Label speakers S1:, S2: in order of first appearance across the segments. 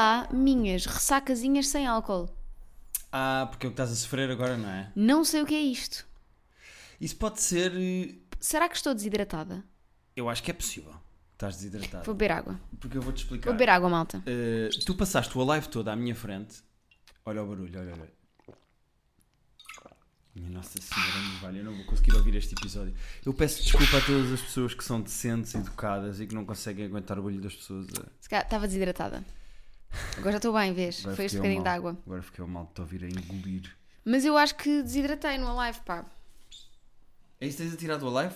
S1: calminhas, ressacazinhas sem álcool.
S2: Ah, porque é o que estás a sofrer agora, não é?
S1: Não sei o que é isto.
S2: Isso pode ser. eh,
S1: Será que estou desidratada?
S2: Eu acho que é possível. Estás desidratado.
S1: Vou beber água.
S2: Porque eu vou-te explicar.
S1: Vou beber água, malta.
S2: Eh, tu passaste o live toda à minha frente. Olha o barulho, olha, olha. Minha Nossa Senhora, me vale, eu não vou conseguir ouvir este episódio. Eu peço desculpa a todas as pessoas que são decentes, educadas e que não conseguem aguentar o barulho das pessoas. Eh, a-
S1: Se calhar estava desidratada. Agora já estou bem, vês?
S2: Agora
S1: Foi este
S2: fiquei
S1: bocadinho
S2: eu
S1: de
S2: mal.
S1: água.
S2: Agora fiquei eu mal de te ouvir a engolir.
S1: Mas eu acho que desidratei no Alive, pá.
S2: É isso que tens a tirar do live?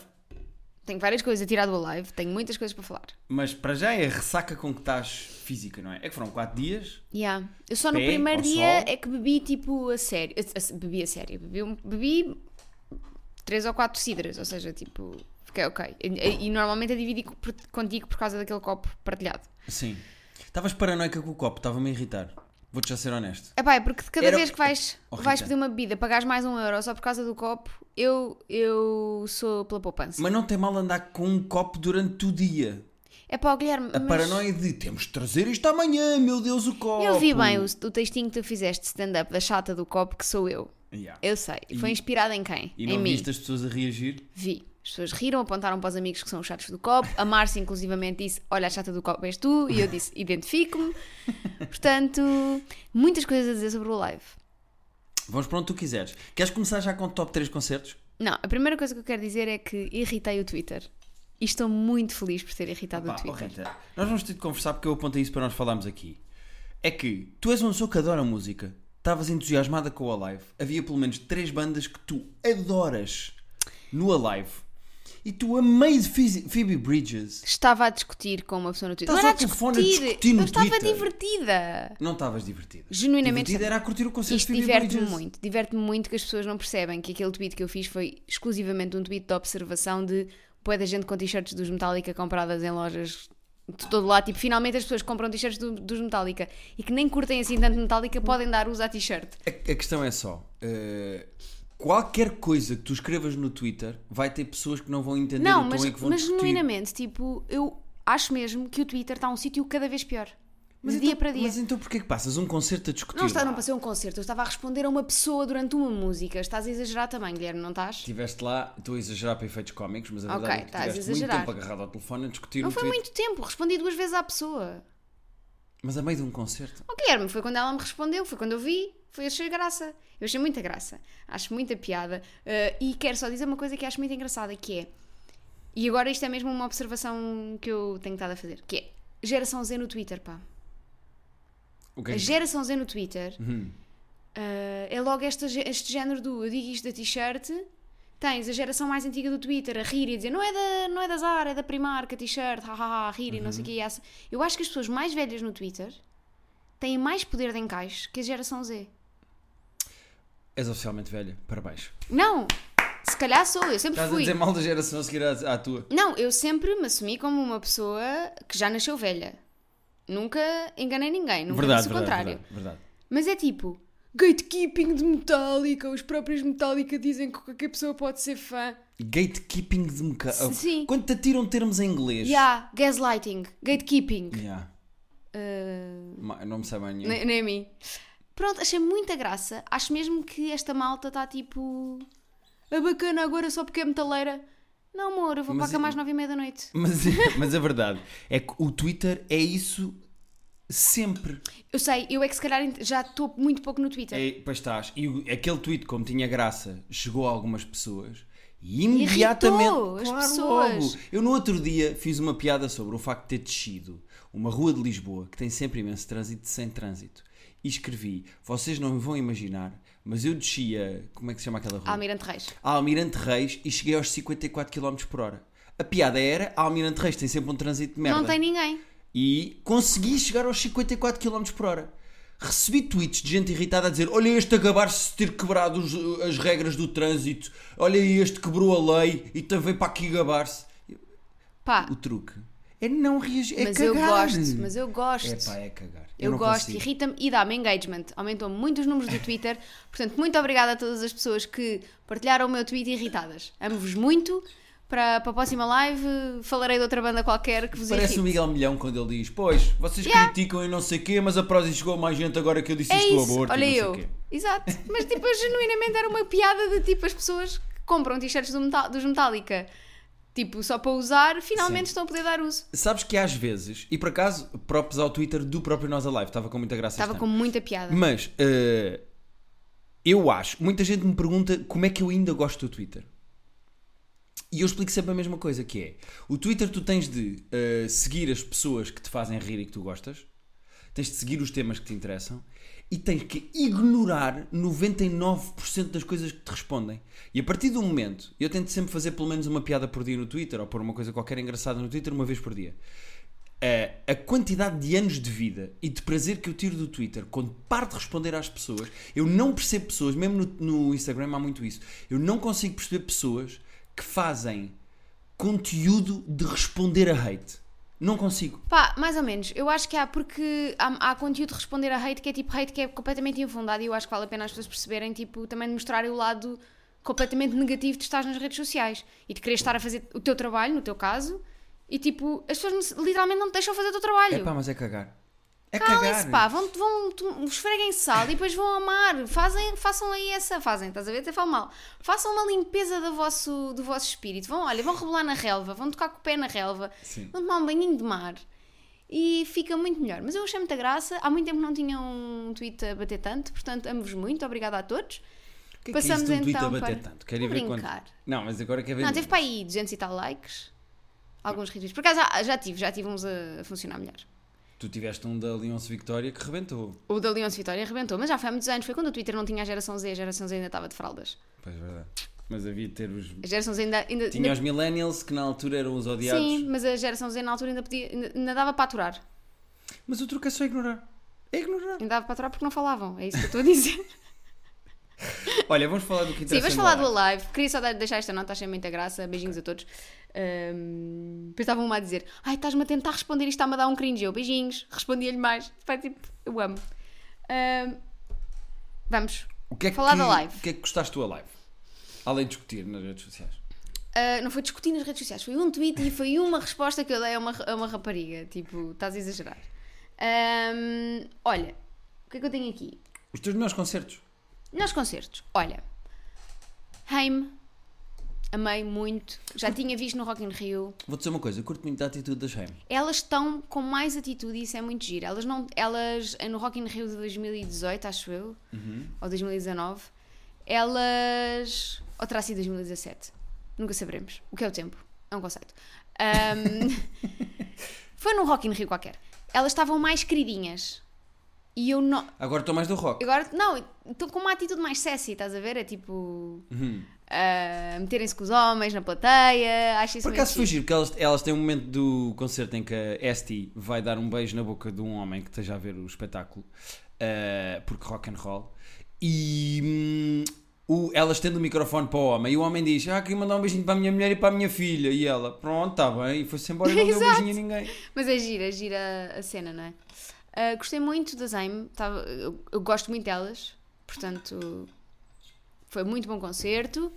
S1: Tenho várias coisas a tirar do Alive, tenho muitas coisas para falar.
S2: Mas para já é a ressaca com que estás física, não é? É que foram 4 dias.
S1: Yeah. Eu só no
S2: Pé,
S1: primeiro
S2: ao
S1: dia
S2: sol.
S1: é que bebi tipo a sério. A- a- bebi a sério. Bebi, um- bebi três ou quatro cidras, ou seja, tipo, fiquei ok. E, e- e normalmente eu dividi co- por- contigo por causa daquele copo partilhado.
S2: Sim. Estavas paranoica com o copo, estava-me a irritar. Vou-te já ser honesto.
S1: É pá, é porque de cada
S2: Era-
S1: vez que vais,
S2: Oh, Rita.
S1: vais pedir uma bebida, pagares mais um euro só por causa do copo, eu, eu sou pela poupança.
S2: Mas não tem mal andar com um copo durante o dia.
S1: É pá, ó, Guilherme,
S2: A
S1: mas
S2: paranoia é de temos de trazer isto amanhã, meu Deus, o copo.
S1: eu vi bem o, o textinho que tu fizeste de stand-up da chata do copo, que sou eu.
S2: Yeah.
S1: Eu sei. Foi
S2: E-
S1: inspirado em quem?
S2: E
S1: em
S2: não
S1: mim.
S2: viste as pessoas a reagir?
S1: Vi. As pessoas riram, apontaram para os amigos que são os chatos do copo. A Márcia, inclusivamente, disse: Olha, a chata do copo és tu. E eu disse: Identifico-me. Portanto, muitas coisas a dizer sobre o live.
S2: Vamos para onde tu quiseres. Queres começar já com o top 3 concertos?
S1: Não, a primeira coisa que eu quero dizer é que irritei o Twitter. E estou muito feliz por ter irritado
S2: Pá,
S1: o
S2: oh
S1: Twitter.
S2: Rita, nós vamos ter de conversar porque é eu apontei isso para nós falarmos aqui. É que tu és uma pessoa que adora música, estavas entusiasmada com o Alive, havia pelo menos três bandas que tu adoras no Alive e tu a meio de Phoe- Phoebe Bridges.
S1: Estava a discutir com uma pessoa no Twitter.
S2: Estás
S1: não era
S2: ao telefone a
S1: discutir.
S2: discutir no
S1: eu estava
S2: Twitter.
S1: divertida.
S2: Não estavas divertida.
S1: Genuinamente
S2: Divertida era a curtir o concerto de
S1: Isto
S2: Phoebe
S1: diverte-me
S2: Bridges.
S1: muito. Diverte-me muito que as pessoas não percebem que aquele tweet que eu fiz foi exclusivamente um tweet de observação de bué da gente com t-shirts dos Metallica compradas em lojas de todo lado. Tipo, finalmente as pessoas que compram t-shirts do- dos Metallica e que nem curtem assim tanto Metallica podem dar uso à t-shirt.
S2: A, a questão é só: eh, qualquer coisa que tu escrevas no Twitter vai ter pessoas que não vão entender o
S1: Não,
S2: tom
S1: mas,
S2: em é que vão
S1: mas
S2: discutir.
S1: genuinamente, tipo, eu acho mesmo que o Twitter está um sítio cada vez pior.
S2: Mas
S1: de
S2: então-
S1: dia para dia.
S2: Mas então porquê que passas um concerto a discutir?
S1: Não, está, não
S2: lá?
S1: passei um concerto, eu estava a responder a uma pessoa durante uma música. Estás a exagerar também, Guilherme, não estás?
S2: Estiveste lá, estou a exagerar para efeitos cómicos, mas a
S1: Ok,
S2: verdade
S1: estás a
S2: é que estiveste muito
S1: exagerar.
S2: tempo agarrado ao telefone a discutir
S1: Não
S2: um
S1: foi
S2: tweet.
S1: muito tempo, respondi duas vezes à pessoa.
S2: Mas a meio de um concerto.
S1: Oh, Guilherme, foi quando ela me respondeu, foi quando eu vi, foi achei graça. Eu achei muita graça, acho muita piada. eh, e quero só dizer uma coisa que acho muito engraçada, que é, e agora isto é mesmo uma observação que eu tenho estado a fazer, que é geração Z no Twitter, pá.
S2: O que é
S1: A
S2: que-
S1: geração Z no Twitter
S2: Uhum.
S1: eh, é logo esta ge- este, género do eu digo isto da t-shirt. Tens a geração mais antiga do Twitter a rir e a dizer não é da, não é da Zara, é da Primark, a t-shirt, hahaha, a rir e não sei o
S2: Uhum.
S1: que. Eu acho que as pessoas mais velhas no Twitter têm mais poder de encaixe que a geração Z.
S2: És oficialmente velha, para baixo.
S1: Não! Se calhar sou, eu sempre
S2: Estás a
S1: fui.
S2: dizer mal da geração a seguir à, à tua.
S1: Não, eu sempre me assumi como uma pessoa que já nasceu velha. Nunca enganei ninguém, nunca
S2: verdade,
S1: disse o
S2: verdade,
S1: contrário.
S2: verdade, verdade.
S1: Mas é tipo, gatekeeping de Metallica, os próprios Metallica dizem que qualquer pessoa pode ser fã.
S2: Gatekeeping de meca... Oh,
S1: S- sim.
S2: Quando te atiram termos em inglês.
S1: Yeah, gaslighting, gatekeeping.
S2: Yeah.
S1: Uh,
S2: Ma- Não me sei bem nenhum.
S1: nem, nem a mim. Pronto, achei muita graça. Acho mesmo que esta malta está tipo. A bacana agora só porque é metaleira. Não, amor, eu vou
S2: Mas
S1: para a cama
S2: e-
S1: às nove e meia da noite.
S2: Mas, mas a verdade é que o Twitter é isso sempre.
S1: Eu sei, eu é que se calhar ent- já estou muito pouco no Twitter.
S2: É, pois estás. E o- aquele tweet, como tinha graça, chegou a algumas pessoas e imediatamente.
S1: Irritou as pessoas.
S2: Eu no outro dia fiz uma piada sobre o facto de ter descido uma rua de Lisboa que tem sempre imenso trânsito sem trânsito. E escrevi: vocês não me vão imaginar, mas eu desci a. Como é que se chama aquela rua?
S1: Almirante Reis.
S2: a Almirante Reis e cheguei aos 54 km por hora. A piada era: a Almirante Reis tem sempre um trânsito de merda
S1: Não tem ninguém.
S2: e consegui chegar aos 54 km por hora. Recebi tweets de gente irritada a dizer: Olha, este acabar-se de ter quebrado os- as regras do trânsito, olha, este quebrou a lei e também para aqui gabar-se.
S1: Pá,
S2: O truque é não reagir, é
S1: mas eu
S2: cagar.
S1: gosto, mas eu gosto.
S2: É pá, é cagar.
S1: Eu
S2: não
S1: gosto,
S2: consigo.
S1: irrita-me e dá-me engagement. Aumentou muito os números do Twitter. Portanto, muito obrigada a todas as pessoas que partilharam o meu tweet irritadas. Amo-vos muito. para, para a próxima live falarei de outra banda qualquer que vos
S2: Parece o
S1: irrite.
S2: Miguel Milhão quando ele diz: Pois, vocês
S1: Yeah.
S2: criticam e não sei o quê, mas a prosa chegou a mais gente agora que eu disse
S1: É
S2: isto do
S1: isso,
S2: aborto.
S1: olha
S2: e não
S1: eu.
S2: sei o quê.
S1: Exato, mas tipo, eu genuinamente era uma piada de tipo as pessoas que compram t-shirts do Metal- dos Metallica, tipo, só para usar, finalmente
S2: Sim.
S1: estão a poder dar uso.
S2: Sabes que às vezes, e por acaso, próprios ao Twitter do próprio Nós Alive, estava com muita graça
S1: Estava
S2: este
S1: com muita piada.
S2: Mas eh, eu acho, muita gente me pergunta como é que eu ainda gosto do Twitter. E eu explico sempre a mesma coisa, que é o Twitter tu tens de eh, seguir as pessoas que te fazem rir e que tu gostas, tens de seguir os temas que te interessam e tens que ignorar 99% das coisas que te respondem. E a partir do momento, eu tento sempre fazer pelo menos uma piada por dia no Twitter ou pôr uma coisa qualquer engraçada no Twitter uma vez por dia a, É, a quantidade de anos de vida e de prazer que eu tiro do Twitter quando paro de responder às pessoas, eu não percebo pessoas, mesmo no, no Instagram há muito isso, eu não consigo perceber pessoas que fazem conteúdo de responder a hate. Não consigo.
S1: Pá, mais ou menos. Eu acho que há porque há, há conteúdo de responder a hate que é tipo hate que é completamente infundado e eu acho que vale a pena as pessoas perceberem, tipo, também de mostrarem o lado completamente negativo de estás nas redes sociais e de querer estar a fazer o teu trabalho, no teu caso, e tipo, as pessoas não se- literalmente não te deixam fazer o teu trabalho.
S2: É pá, mas é cagar. É
S1: Calem-se,
S2: cagar.
S1: pá, vão, vão tu- esfreguem sal e depois vão amar. Fazem, façam aí essa, fazem, estás a ver? Até falo mal. Façam uma limpeza do vosso, do vosso espírito. Vão, olha, vão rebolar na relva, vão tocar com o pé na relva,
S2: Sim.
S1: vão tomar um banhinho de mar e fica muito melhor. Mas eu achei muita graça. Há muito tempo não tinha um tweet a bater tanto, portanto, amo-vos muito. Obrigada a todos.
S2: O que é
S1: Passamos
S2: que é isto de um tweet
S1: então
S2: a bater
S1: para-
S2: tanto? Quero ir
S1: Vou
S2: ver quanto.
S1: brincar.
S2: Não, mas agora quero ver.
S1: Não, teve para aí 200 e tal likes, alguns retweets. Por acaso já, já tive, já tive uns a funcionar melhor.
S2: Tu tiveste um da Leonce Victoria que rebentou.
S1: O da Leonce Vitória arrebentou, mas já foi há muitos anos. Foi quando o Twitter não tinha a geração Z, a geração Z ainda estava de fraldas.
S2: Pois verdade. Mas havia de ter os.
S1: A geração Z ainda. ainda,
S2: Tinha
S1: ainda-
S2: os Millennials que na altura eram os odiados.
S1: sim, mas a geração Z na altura ainda, podia, ainda, ainda dava para aturar.
S2: Mas o truque é só ignorar. É ignorar.
S1: Ainda dava para aturar porque não falavam, é isso que eu estou a dizer.
S2: Olha, vamos falar do que
S1: sim,
S2: interessa.
S1: vamos
S2: no
S1: falar do
S2: live.
S1: Alive. Queria só dar- deixar esta nota, achei muita graça. Beijinhos a todos. Ahm, Depois estavam-me a dizer: Ai, estás-me a tentar responder isto, está-me a dar um cringe. Eu, beijinhos, respondia-lhe mais. Foi tipo, eu amo. Ahm, vamos.
S2: O que é que,
S1: Falar da live.
S2: O que é que gostaste da live? Além de discutir nas redes sociais.
S1: Uh, não foi discutir nas redes sociais, foi um tweet e foi uma resposta que eu dei a uma, a uma rapariga. Tipo, estás a exagerar. Ahm, olha, o que é que eu tenho aqui?
S2: Os teus melhores concertos.
S1: Nos concertos, olha, Haim, amei muito, já tinha visto no Rock in Rio.
S2: Vou dizer uma coisa, eu curto muito da atitude das Haim.
S1: Elas estão com mais atitude e isso é muito giro. Elas, não, elas eh, no Rock in Rio de 2018, acho eu, ou 2019, elas. Ou terá sido 2017. Nunca saberemos. O que é o tempo? É um conceito. Ahm, foi num Rock in Rio qualquer. Elas estavam mais queridinhas. E eu não.
S2: Agora estou mais do rock.
S1: Agora, não, estou com uma atitude mais sexy, estás a ver? É tipo.
S2: Uhum.
S1: ah, meterem-se com os homens na plateia. Acho isso
S2: Por
S1: muito
S2: acaso foi
S1: giro.
S2: giro, porque elas, elas têm um momento do concerto em que a ST vai dar um beijo na boca de um homem que esteja a ver o espetáculo, eh, porque rock and roll, e hum, o, ela estende o microfone para o homem, e o homem diz, ah, queria mandar um beijinho para a minha mulher e para a minha filha, e ela, pronto, está bem, e foi-se embora e não deu um beijinho a ninguém.
S1: Mas é gira, é gira a cena, não é? Ah, gostei muito das Aime, tava- eu, eu gosto muito delas, portanto foi muito bom concerto.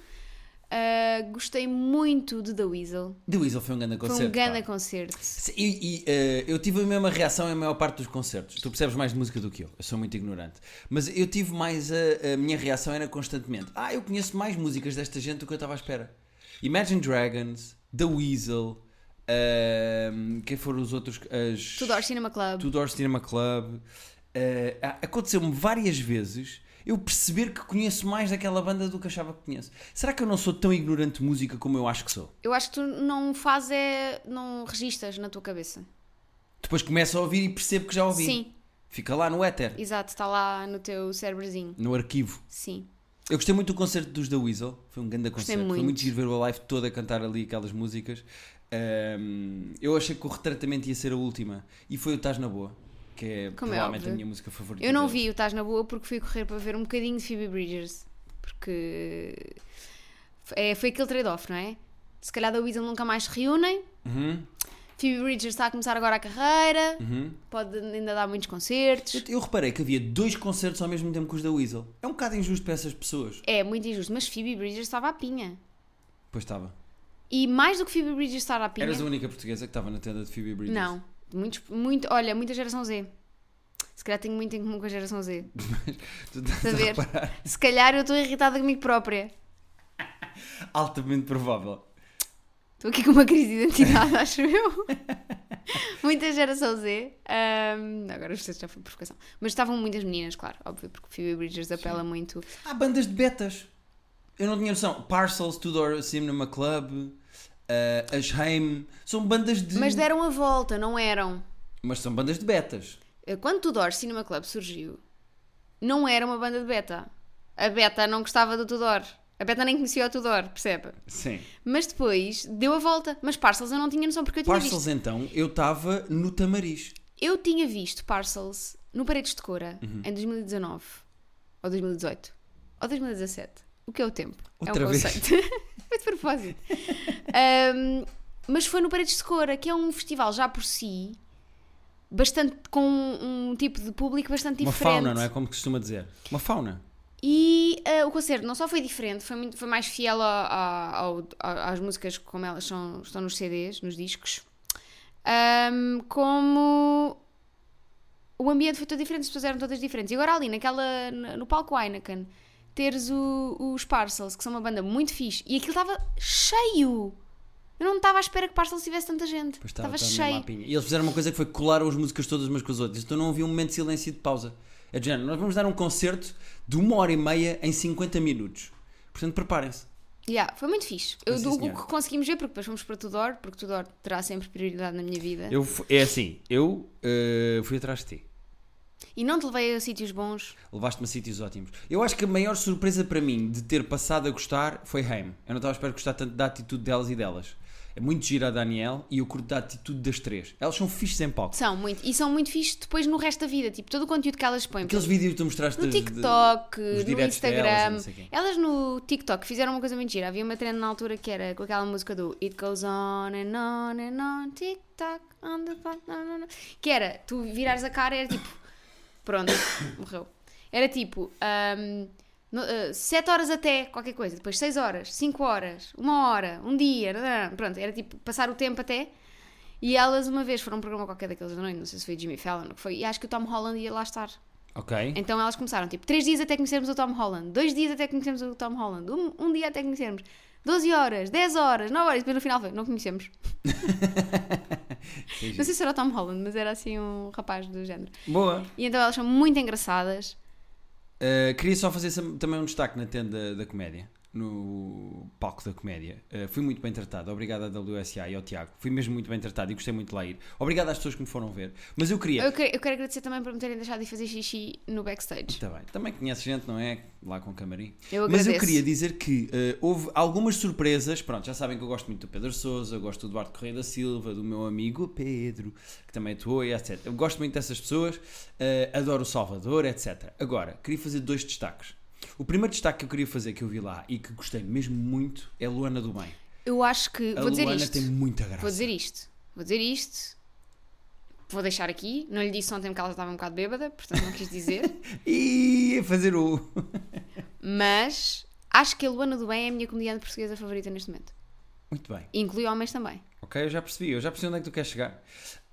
S1: Ah, gostei muito de The Weasel,
S2: The Weasel foi um grande
S1: foi
S2: concerto.
S1: um grande
S2: pá.
S1: concerto.
S2: Sim, E, e, eh, eu tive a mesma reação em maior parte dos concertos. Tu percebes mais de música do que eu, eu sou muito ignorante. Mas eu tive mais. A, a minha reação era constantemente: Ah, eu conheço mais músicas desta gente do que eu estava à espera. Imagine Dragons, The Weasel, ehm, quem foram os outros? As...
S1: Tudor Cinema Club.
S2: Tudor Cinema Club. Eh, ah, Aconteceu-me várias vezes eu perceber que conheço mais daquela banda do que achava que conheço. Será que eu não sou tão ignorante de música como eu acho que sou?
S1: Eu acho que tu não fazes, é, não registas na tua cabeça.
S2: Depois começo a ouvir e percebo que já ouvi.
S1: Sim,
S2: Fica lá no éter.
S1: exato, está lá no teu cérebrozinho.
S2: no arquivo.
S1: Sim.
S2: Eu gostei muito do concerto dos The Weasel, foi um grande concerto. Foi
S1: muito.
S2: muito giro ver o live toda a cantar ali aquelas músicas. Ahm, eu achei que o retratamento ia ser a última e foi o Tás na Boa, que é
S1: Como é
S2: provavelmente
S1: óbvio.
S2: a minha música favorita.
S1: Eu não
S2: deles.
S1: vi o Estás na Boa porque fui correr para ver um bocadinho de Phoebe Bridgers. Porque é, foi aquele trade-off, não é? Se calhar da Weasel nunca mais se reúnem.
S2: Uhum,
S1: Phoebe Bridgers está a começar agora a carreira.
S2: uhum.
S1: Pode ainda dar muitos concertos.
S2: Eu, eu reparei que havia dois concertos ao mesmo tempo que os da Weasel. É um bocado injusto para essas pessoas.
S1: É muito injusto, mas Phoebe Bridgers estava à pinha.
S2: Pois estava.
S1: E mais do que Phoebe Bridges estar à pinha.
S2: Eras a única portuguesa que estava na tenda de Phoebe Bridges.
S1: Não. Muitos, muito, olha, muita geração Z. Se calhar tenho muito em comum com a geração Z.
S2: Tu estás a
S1: Saber.
S2: reparar?
S1: Se calhar eu estou irritada comigo própria.
S2: Altamente provável.
S1: Estou aqui com uma crise de identidade, acho eu. muita geração Z. Ahm, agora isto já foi provocação. Mas estavam muitas meninas, claro, óbvio, porque Phoebe Bridgers apela muito.
S2: Há bandas de betas. Eu não tinha noção. Parcels, Tudor Cinema Club, eh, Ashheim. São bandas de.
S1: Mas deram a volta, não eram? Eh,
S2: Mas são bandas de betas.
S1: Quando Tudor Cinema Club surgiu, não era uma banda de beta. A beta não gostava do Tudor. A beta nem conhecia o Tudor, percebe?
S2: Sim.
S1: Mas depois deu a volta. Mas Parcels eu não tinha noção porque eu tinha visto.
S2: Parcels, então, eu estava no Tamariz.
S1: Eu tinha visto Parcels no Paredes de Cora
S2: Uhum.
S1: em 2019 ou 2018 ou 2017. O que é o tempo? é
S2: Outra
S1: um
S2: vez.
S1: conceito. foi de propósito. Ahm, mas foi no Paredes de Cora, que é um festival já por si bastante com um, um tipo de público bastante
S2: Uma
S1: diferente.
S2: fauna, não é? Como costuma dizer. Uma fauna.
S1: E ah, o concerto não só foi diferente, foi, muito, foi mais fiel a- a- ao- a- às músicas como elas são, estão nos CDs, nos discos, Ahm, como o ambiente foi todo diferente, as pessoas eram todas diferentes. E agora ali, naquela, na- no palco Heineken, teres o- os Parcels, que são uma banda muito fixe, e aquilo estava cheio. Eu não estava à espera que Parcels tivesse tanta gente.
S2: Pois
S1: estava
S2: mesmo
S1: cheio.
S2: à pinha. E eles fizeram uma coisa que foi colaram as músicas todas umas com as outras. Então não havia um momento de silêncio e de pausa. É de género, nós vamos dar um concerto de uma hora e meia em 50 minutos. Portanto, preparem-se.
S1: Yeah, foi muito fixe. Eu,
S2: Sim,
S1: do, o que
S2: senhora.
S1: conseguimos ver, porque depois fomos para Tudor, porque Tudor terá sempre prioridade na minha vida.
S2: Eu, fu- é assim, eu eh, fui atrás de ti.
S1: E não te levei a sítios bons.
S2: Levaste-me a sítios ótimos. Eu acho que a maior surpresa para mim de ter passado a gostar foi Haim. Eu não estava à espera de gostar tanto da atitude delas e delas. É muito gira a Daniel e eu curto da atitude das três. Elas são fixes em palco.
S1: São muito. E são muito fixes depois no resto da vida. Tipo, todo o conteúdo que elas põem.
S2: Aqueles vídeos que tu mostraste
S1: no
S2: das- de-
S1: TikTok,
S2: os
S1: no
S2: diretos
S1: Instagram.
S2: delas e não sei o quê.
S1: elas no TikTok fizeram uma coisa mentira. Havia uma trend na altura que era com aquela música do It Goes On and On and On, TikTok, on the clock, no, no, no. Que era, tu virares a cara e era tipo. Pronto, morreu. Era tipo. 7 horas até qualquer coisa, depois 6 horas, 5 horas, 1 hora, 1 dia, nananã. pronto, era tipo passar o tempo até. E elas uma vez foram a um programa qualquer daqueles da noite, não sei se foi Jimmy Fallon, o que foi, e acho que o Tom Holland ia lá estar.
S2: Ok.
S1: Então elas começaram, tipo, 3 dias até conhecermos o Tom Holland, 2 dias até conhecermos o Tom Holland, 1 um, um dia até conhecermos, 12 horas, 10 horas, 9 horas, e depois no final foi, não conhecemos. Não sei se era o Tom Holland, mas era assim um rapaz do género.
S2: Boa.
S1: E então elas são muito engraçadas.
S2: Uh, queria só fazer sam- também um destaque na tenda da comédia, no palco da comédia. Uh, fui muito bem tratado. Obrigado à WSA e ao Tiago. Fui mesmo muito bem tratado e gostei muito de lá ir. Obrigado às pessoas que me foram ver. Mas eu queria.
S1: Eu, que- eu quero agradecer também por me terem deixado de fazer xixi no backstage.
S2: Tá bem. Também conheces gente, não é? Lá com o camarim.
S1: Eu
S2: Mas eu
S1: agradeço.
S2: queria dizer que eh, houve algumas surpresas. Pronto, já sabem que eu gosto muito do Pedro Souza, gosto do Eduardo Correia da Silva, do meu amigo Pedro, que também atuou e etc. Eu gosto muito dessas pessoas, eh, adoro o Salvador, etc. Agora, queria fazer dois destaques. O primeiro destaque que eu queria fazer, que eu vi lá e que gostei mesmo muito, é Luana do Bem.
S1: Eu acho que.
S2: A
S1: vou dizer
S2: Luana
S1: isto.
S2: tem muita graça.
S1: Vou dizer isto. Vou dizer isto. Vou deixar aqui. Não lhe disse ontem que ela estava um bocado bêbada, portanto não quis dizer.
S2: E a fazer o.
S1: mas acho que a Luana do Bem é a minha comediante portuguesa favorita neste momento.
S2: Muito bem.
S1: Inclui homens também.
S2: Ok, eu já percebi, eu já percebi onde é que tu queres chegar.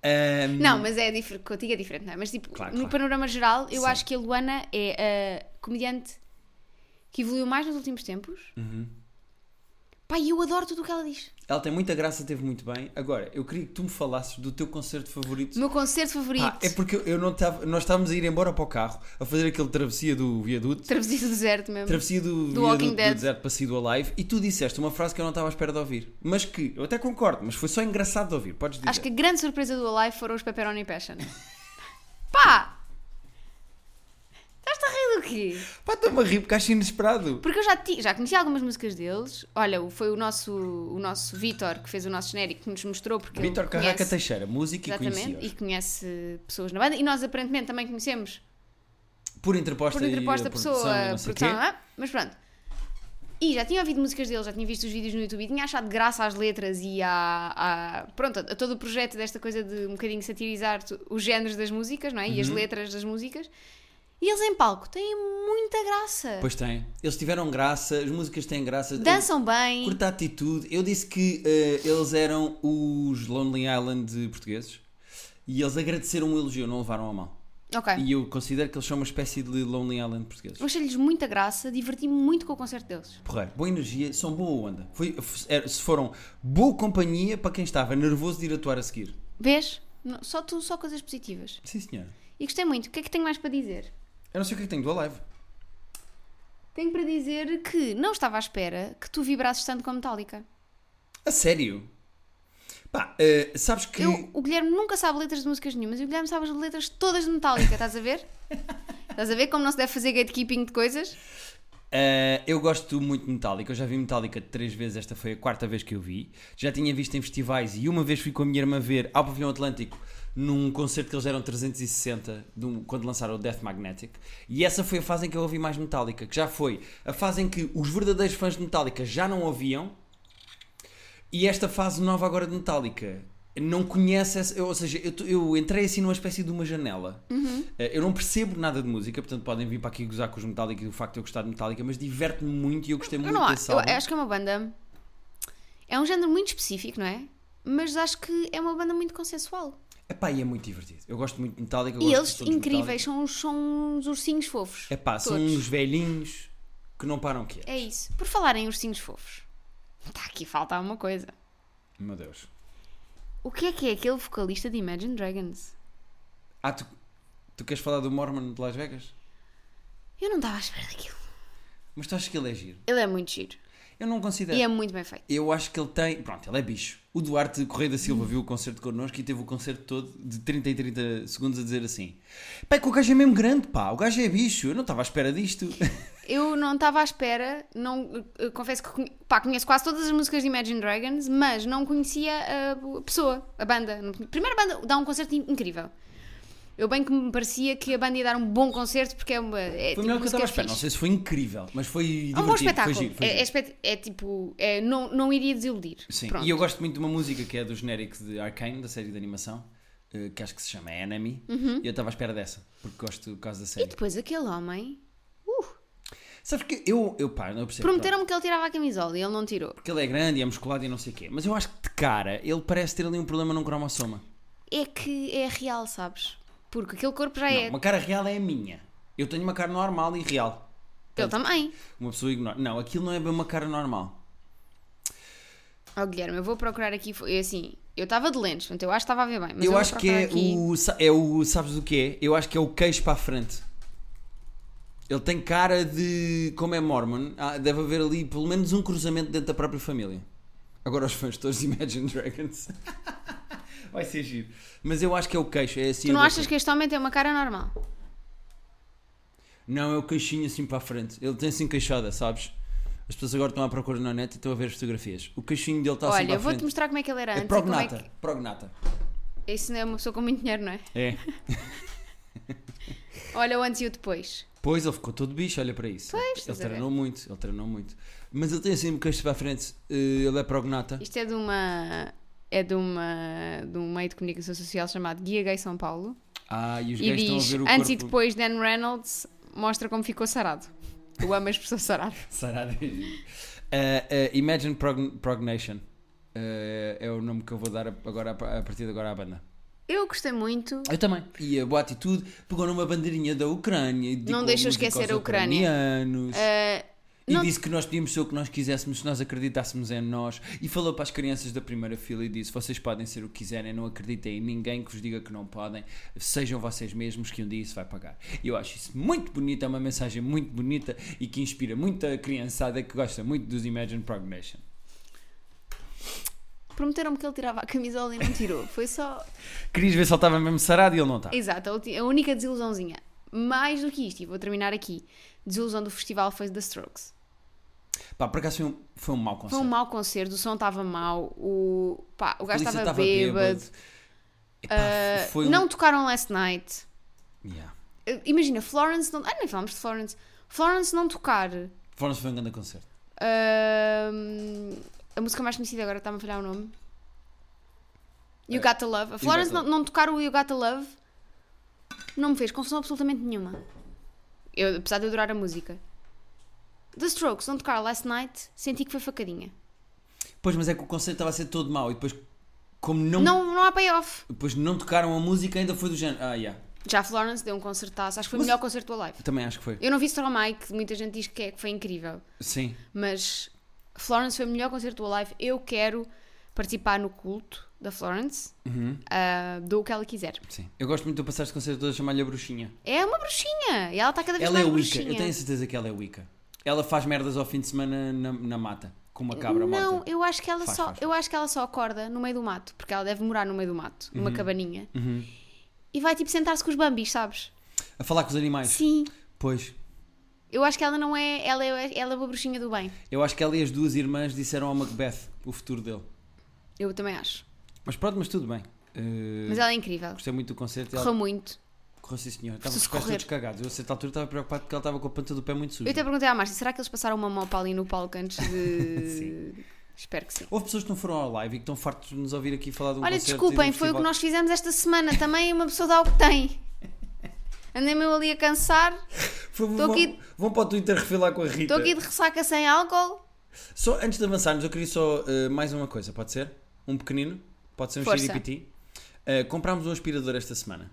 S2: Ahm,
S1: Não, mas é diferente. Contigo é diferente, não é? Mas tipo,
S2: Claro,
S1: no
S2: claro.
S1: panorama geral, eu
S2: Sim.
S1: acho que a Luana é a comediante que evoluiu mais nos últimos tempos.
S2: Uhum.
S1: Pai, eu adoro tudo o que ela diz.
S2: Ela tem muita graça, teve muito bem. Agora, eu queria que tu me falasses do teu concerto favorito.
S1: O meu concerto favorito.
S2: Ah, é porque eu não estava. Nós estávamos a ir embora para o carro a fazer aquele travessia do viaduto.
S1: Travessia do deserto mesmo.
S2: Travessia do,
S1: Walking
S2: viaduto
S1: Dead.
S2: do deserto para do Alive e tu disseste uma frase que eu não estava à espera de ouvir. Mas que eu até concordo, mas foi só engraçado de ouvir. Podes dizer.
S1: Acho que a grande surpresa do Alive foram os Pepperoni Passion. Pá! Estás-te a rir do quê?
S2: Pá, estou-me a rir porque acho inesperado.
S1: Porque eu já, ti, já conhecia algumas músicas deles. Olha, o- foi o nosso, o nosso Vitor que fez o nosso genérico que nos mostrou. Porque
S2: Vítor
S1: ele
S2: Carraca
S1: conhece,
S2: Teixeira, música e
S1: Exatamente. E
S2: conhecia.
S1: conhece pessoas na banda. E nós, aparentemente, também conhecemos
S2: Por interposta,
S1: por
S2: e
S1: interposta
S2: a
S1: pessoa,
S2: produção e não sei
S1: produção,
S2: quê.
S1: ah, mas pronto. E já tinha ouvido músicas dele, já tinha visto os vídeos no YouTube e tinha achado graça às letras e à, à- pronto, a todo o
S2: Uhum.
S1: projeto desta coisa de um bocadinho satirizar tu- os géneros das músicas, não é? E as letras das músicas. E eles em palco têm muita graça.
S2: Pois tem. Eles tiveram graça, as músicas têm graça.
S1: Dançam bem.
S2: Curta atitude. Eu disse que eh, eles eram os Lonely Island portugueses e eles agradeceram o elogio, não levaram a mal.
S1: Ok.
S2: E eu considero que eles são uma espécie de Lonely Island portugueses.
S1: Eu achei-lhes muita graça, diverti-me muito com o concerto deles.
S2: Porreiro, boa energia, são boa onda. Foi, f- era- se foram boa companhia para quem estava nervoso de ir atuar a seguir.
S1: Vês? Não- Só tu, só coisas positivas.
S2: Sim, senhora.
S1: E gostei muito. O que é que tenho mais para dizer?
S2: Eu não sei o que é que tenho do Alive.
S1: Tenho para dizer que não estava à espera que tu vibrasses tanto com a Metallica.
S2: A sério? Pá, eh, sabes que.
S1: Eu, o Guilherme nunca sabe letras de músicas nenhumas e o Guilherme sabe as letras todas de Metallica, estás a ver? estás a ver como não se deve fazer gatekeeping de coisas?
S2: Uh, eu gosto muito de Metallica, eu já vi Metallica três vezes, esta foi a quarta vez que eu vi. Já tinha visto em festivais e uma vez fui com a minha irmã ver ao Pavilhão Atlântico num concerto que eles eram 360 de um- quando lançaram o Death Magnetic. E essa foi a fase em que eu ouvi mais Metallica, que já foi a fase em que os verdadeiros fãs de Metallica já não ouviam e esta fase nova agora de Metallica não conhece essa, eu- ou seja, eu, tô- eu entrei assim numa espécie de uma janela.
S1: Uhum.
S2: Eh, Eu não percebo nada de música, portanto podem vir para aqui gozar com os Metallica e o facto de eu gostar de Metallica, mas diverte-me muito e eu gostei
S1: Eu
S2: muito
S1: não a-
S2: desse
S1: eu
S2: álbum.
S1: acho que é uma banda. É um género muito específico, não é? Mas acho que é uma banda muito consensual.
S2: Epá, e é muito divertido. Eu gosto muito de Metallica. eu
S1: E
S2: gosto de
S1: eles
S2: todos os
S1: incríveis, são, uns- são uns ursinhos fofos.
S2: Metallica. Epá, são
S1: Todos.
S2: uns velhinhos que não param quietos.
S1: É isso. Por falar em ursinhos fofos, está aqui falta uma coisa.
S2: Meu Deus.
S1: O que é que é aquele vocalista de Imagine Dragons?
S2: Ah, tu, tu queres falar do Mormon de Las Vegas?
S1: Eu não estava à espera daquilo.
S2: Mas tu achas que ele é giro?
S1: Ele é muito giro.
S2: Eu não considero.
S1: E é muito bem feito.
S2: Eu acho que ele tem. Pronto, ele é bicho. O Duarte Correia da Silva viu o concerto connosco e teve o concerto todo de 30 em 30 segundos a dizer assim: Pá, é que o gajo é mesmo grande, pá, o gajo é bicho, eu não estava à espera disto.
S1: Eu não estava à espera, não, eu- eu confesso que conhe- pá, conheço quase todas as músicas de Imagine Dragons, mas não conhecia a pessoa, a banda. Não conhe- Primeira banda dá um concerto in- incrível. Eu bem que me parecia que a banda ia dar um bom concerto porque é uma. É
S2: Foi
S1: tipo
S2: melhor que eu
S1: música
S2: estava à espera,
S1: fixe.
S2: não sei se foi incrível, mas foi
S1: É
S2: divertido.
S1: um bom espetáculo.
S2: Foi giro, foi
S1: É-
S2: giro.
S1: é, espet- é tipo. é, não, não iria desiludir.
S2: Sim,
S1: Pronto.
S2: e eu gosto muito de uma música que é do genérico de Arcane, da série de animação, eh, que acho que se chama Enemy, e eu estava à espera dessa, porque gosto por causa da
S1: Uhum. E
S2: série.
S1: depois aquele homem. Uh,
S2: Sabes que eu, eu pá, não percebo. pronto.
S1: prometeram-me que ele tirava a camisola e ele não tirou.
S2: Porque ele é grande e é musculado e não sei o quê, mas eu acho que de cara ele parece ter ali um problema num cromossoma.
S1: É que é real, sabes? Porque aquele corpo já
S2: Não,
S1: é.
S2: uma cara real é a minha. Eu tenho uma cara normal e real.
S1: Ele também.
S2: Uma pessoa ignora. Não, aquilo não é bem uma cara normal.
S1: Oh, Guilherme, eu vou procurar aqui. fo- Eu, assim, eu estava de lentes, portanto eu acho que estava a ver bem. Mas
S2: eu
S1: vou
S2: acho que
S1: procurar
S2: é
S1: aqui.
S2: o, sa- é o. Sabes o que é? Eu acho que é o queixo para a frente. Ele tem cara de. Como é Mormon, ah, deve haver ali pelo menos um cruzamento dentro da própria família. Agora os fãs todos de Imagine Dragons. Vai ser giro. Mas eu acho que é o queixo. É assim
S1: Tu não
S2: a boca.
S1: achas que este homem tem uma cara normal?
S2: Não, é o queixinho assim para a frente. Ele tem assim queixada, sabes? As pessoas agora estão à procura na net e estão a ver as fotografias. O queixinho dele está assim
S1: Olha,
S2: para a
S1: eu vou-te
S2: frente.
S1: mostrar como é que ele era
S2: É
S1: antes. e
S2: prognata,
S1: Como é
S2: prognata.
S1: que... Isso não é uma pessoa com muito dinheiro, não é?
S2: É.
S1: Olha o antes e o depois.
S2: Pois, ele ficou todo bicho, olha para isso.
S1: Pois, é.
S2: ele
S1: estás a ver.
S2: treinou muito, ele treinou muito. Mas ele tem assim um queixo para a frente. Eh, Ele é prognata.
S1: Isto é de uma. É de uma. de um meio de comunicação social chamado Guia Gay São Paulo.
S2: Ah, e os
S1: E
S2: gays estão a
S1: diz:
S2: ver o
S1: Antes e
S2: corpo...
S1: depois, Dan Reynolds mostra como ficou sarado. Eu amo as pessoas sarado.
S2: Sarada. Eh, eh, Imagine Progn- Prognation. Eh, é o nome que eu vou dar agora, a partir de agora à banda.
S1: Eu gostei muito.
S2: Eu também. E a boa atitude pegou numa bandeirinha da Ucrânia e dedicou
S1: Não deixou
S2: música
S1: esquecer a
S2: aos
S1: Ucrânia.
S2: ucranianos.
S1: Ah,
S2: E
S1: não-
S2: disse que nós podíamos ser o que nós quiséssemos se nós acreditássemos em nós. E falou para as crianças da primeira fila e disse: Vocês podem ser o que quiserem, não acreditem em ninguém que vos diga que não podem, sejam vocês mesmos que um dia isso vai pagar. Eu acho isso muito bonito, é uma mensagem muito bonita e que inspira muita criançada que gosta muito dos Imagine Prognation.
S1: prometeram-me que ele tirava a camisola e não tirou. Foi só.
S2: Querias ver se ele estava mesmo sarado e ele não tá. está.
S1: Exato, a, ulti- a única desilusãozinha. Mais do que isto, e vou terminar aqui. Desilusão do festival foi The Strokes.
S2: Pá, por acaso foi um, foi um mau
S1: Foi
S2: conceito.
S1: um mau concerto, o som estava mau, o, pá, o
S2: A
S1: gajo
S2: polícia
S1: estava bêbado.
S2: Epá,
S1: ah,
S2: foi um-
S1: Não tocaram Last Night.
S2: Yeah.
S1: Eh, Imagina, Florence não. Ah, nem falamos de Florence. Florence não tocar.
S2: Florence foi um grande concerto.
S1: Ahm, a música mais conhecida agora está-me a falhar o nome. You
S2: Eh,
S1: Got to Love. A Florence
S2: Got
S1: não,
S2: a
S1: não tocar o You Got to Love não me fez confusão absolutamente nenhuma. Eu, apesar de eu adorar a música. The Strokes, não tocar Last Night, senti que foi facadinha.
S2: Pois, mas é que o conceito estava a ser todo mau e depois, como não,
S1: Não, não há payoff.
S2: Depois não tocaram a música, ainda foi do género. Ah, yeah.
S1: Já Florence deu um concertaço, acho que foi o
S2: Mas-
S1: melhor concerto do Alive.
S2: Também acho que foi.
S1: Eu não vi Straw Mike, muita gente diz que, é, que foi incrível,
S2: Sim.
S1: mas Florence foi o melhor concerto do Alive. Eu quero participar no culto da Florence,
S2: Uhum.
S1: ah, dou o que ela quiser.
S2: Sim. Eu gosto muito de passar este concerto todo a chamar-lhe a bruxinha.
S1: É uma bruxinha, e ela está cada vez
S2: Ela é
S1: mais
S2: Wicca,
S1: bruxinha.
S2: eu tenho a certeza que ela é Wicca. Ela faz merdas ao fim de semana na, na mata, com uma cabra
S1: não,
S2: morta.
S1: eu acho que ela
S2: Faz,
S1: só,
S2: faz, faz.
S1: eu acho que ela só acorda no meio do mato, porque ela deve morar no meio do mato,
S2: Uhum.
S1: numa cabaninha. E vai tipo sentar-se com os bambis, sabes?
S2: A falar com os animais.
S1: Sim.
S2: Pois.
S1: Eu acho que ela não é, ela é, ela é uma bruxinha do bem.
S2: Eu acho que ela e as duas irmãs disseram ao Macbeth o futuro dele.
S1: Eu também acho.
S2: Mas pronto, mas tudo bem. Eh,
S1: Mas ela é incrível.
S2: Gostei muito do concerto. e Ela...
S1: Correu muito.
S2: Correu sim, senhor. Estava
S1: Preciso
S2: com os pés
S1: correr.
S2: todos cagados. Eu a certa altura estava preocupado porque ela estava com a ponta do pé muito
S1: Eu
S2: suja.
S1: até perguntei à Márcia, será que eles passaram uma mopa ali no palco antes de... Espero que sim.
S2: Houve pessoas que não foram ao live e que estão fartos de nos ouvir aqui falar do
S1: Olha,
S2: concerto. e do
S1: desculpem, foi o que
S2: festival.
S1: nós fizemos esta semana. Também uma pessoa dá o que tem. Andei-me eu ali a cansar.
S2: Foi-
S1: Tô
S2: vão,
S1: aqui-
S2: vão para o Twitter refilar com a Rita.
S1: Estou aqui de ressaca sem álcool.
S2: Só antes de avançarmos, eu queria só eh, mais uma coisa, pode ser? Um pequenino? Pode ser um
S1: Força.
S2: xiripiti? Eh, comprámos um aspirador esta semana.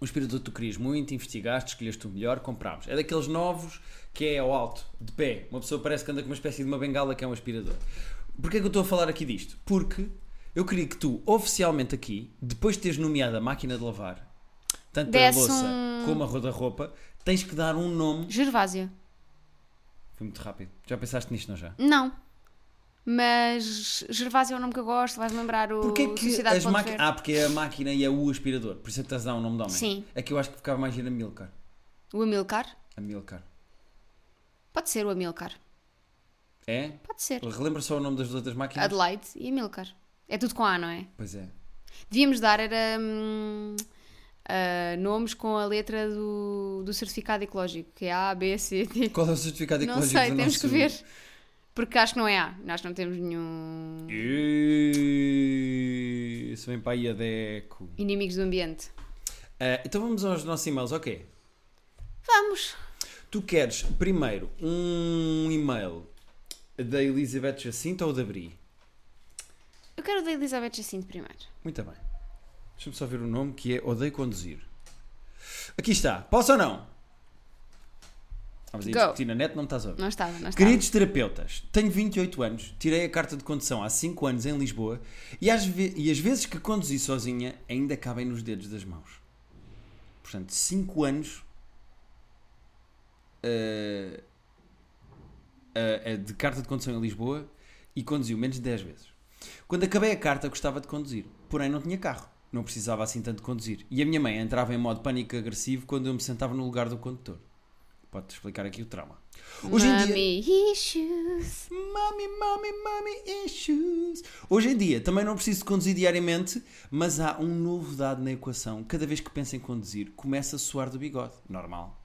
S2: Um aspirador que tu querias muito, investigaste, escolheste o melhor, comprámos. É daqueles novos que é ao alto, de pé. Uma pessoa parece que anda com uma espécie de uma bengala que é um aspirador. Porquê é que eu estou a falar aqui disto? Porque eu queria que tu, oficialmente aqui, depois de teres nomeado a máquina de lavar, tanto
S1: Desse
S2: a louça
S1: um-
S2: como a roda-roupa, tens que dar um nome.
S1: Gervásio.
S2: Foi muito rápido. Já pensaste nisto, não já?
S1: Não. Mas Gervásio é o nome que eu gosto, vais lembrar o
S2: Porquê que
S1: Sociedade
S2: as
S1: de Ponte
S2: máquinas.
S1: Verde.
S2: Ah, porque é a máquina e é o aspirador, por isso é que estás a dar o nome de homem.
S1: Sim.
S2: É que eu acho que ficava mais giro a Milcar.
S1: O Amilcar?
S2: A Milcar.
S1: Pode ser o Amilcar.
S2: É?
S1: Pode ser.
S2: Relembra só o nome das duas outras máquinas?
S1: Adelaide e Amilcar. É tudo com A, não é?
S2: Pois é.
S1: Devíamos dar, era hum, ah, nomes com a letra do, do certificado ecológico, que é A, B, C, D.
S2: Qual é o certificado
S1: Não
S2: ecológico
S1: sei,
S2: do
S1: temos
S2: nosso-
S1: que ver. Porque acho que não é A. Nós não temos nenhum
S2: Ih, Isso vem para aí a Deco.
S1: inimigos do ambiente.
S2: Ah, então vamos aos nossos e-mails, ok?
S1: Vamos!
S2: Tu queres primeiro um e-mail da Elizabeth Jacinto ou da Bri?
S1: Eu quero o da Elizabeth Jacinto primeiro.
S2: Muito bem. Deixa-me só ver o nome que é Odeio Conduzir. Aqui está. Posso ou não? Vamos a
S1: Go.
S2: discutir na net, não me estás a ouvir.
S1: Não estava, não estava.
S2: Queridos terapeutas, tenho 28 anos, tirei a carta de condução há 5 anos em Lisboa e, às ve- e as vezes que conduzi sozinha ainda cabem nos dedos das mãos. Portanto, 5 anos eh, eh, de carta de condução em Lisboa e conduziu menos de 10 vezes. Quando acabei a carta, gostava de conduzir, porém não tinha carro. Não precisava assim tanto de conduzir. E a minha mãe entrava em modo pânico agressivo quando eu me sentava no lugar do condutor. Pode explicar aqui o trauma. Hoje em dia,
S1: Mommy issues.
S2: Mami, mami, mami issues. Hoje em dia também não preciso de conduzir diariamente, mas há um novo dado na equação. Cada vez que penso em conduzir, começa a suar do bigode. Normal.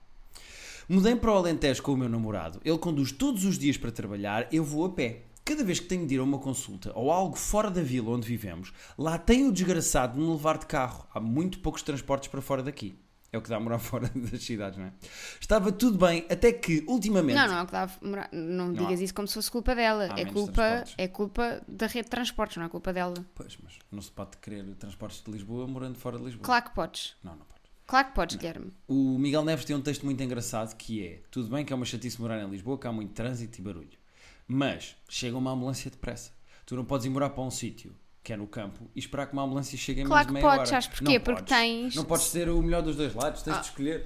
S2: Mudei para o Alentejo com o meu namorado. Ele conduz todos os dias para trabalhar, eu vou a pé. Cada vez que tenho de ir a uma consulta ou algo fora da vila onde vivemos, lá tem o desgraçado de me levar de carro. Há muito poucos transportes para fora daqui. É o que dá a morar fora das cidades, não é? Estava tudo bem até que, ultimamente.
S1: Não, não é o que dá a morar. Não, digas
S2: há.
S1: isso como se fosse culpa dela.
S2: Há
S1: É
S2: menos
S1: culpa,
S2: transportes.
S1: é culpa da rede de transportes, não é culpa dela.
S2: Pois, mas não se pode querer transportes de Lisboa morando fora de Lisboa.
S1: Claro que podes.
S2: Não, não pode.
S1: Claro que podes, Guilherme.
S2: O Miguel Neves tem um texto muito engraçado que é: Tudo bem que é uma chatice morar em Lisboa, que há muito trânsito e barulho, mas chega uma ambulância depressa. Tu não podes ir morar para um sítio, que é no campo, e esperar que uma ambulância chegue em menos
S1: Claro
S2: de
S1: que
S2: meia
S1: podes,
S2: hora.
S1: sabes porquê?
S2: Não
S1: Porque
S2: podes.
S1: tens- Ah.
S2: Não podes ter o melhor dos dois lados, tens de escolher.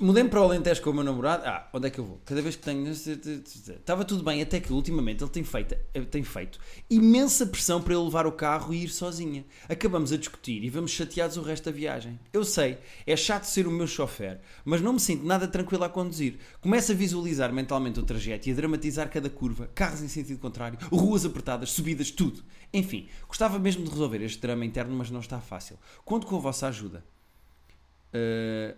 S2: Mudei-me para o Alentejo com o meu namorado. Ah, onde é que eu vou? Cada vez que tenho. Estava tudo bem, até que ultimamente ele tem feito, eh, tem feito imensa pressão para eu levar o carro e ir sozinha. Acabamos a discutir e vamos chateados o resto da viagem. Eu sei, é chato ser o meu chofer, mas não me sinto nada tranquilo a conduzir. Começo a visualizar mentalmente o trajeto e a dramatizar cada curva, carros em sentido contrário, ruas apertadas, subidas, tudo. Enfim, gostava mesmo de resolver este drama interno, mas não está fácil. Conto com a vossa ajuda. Uh,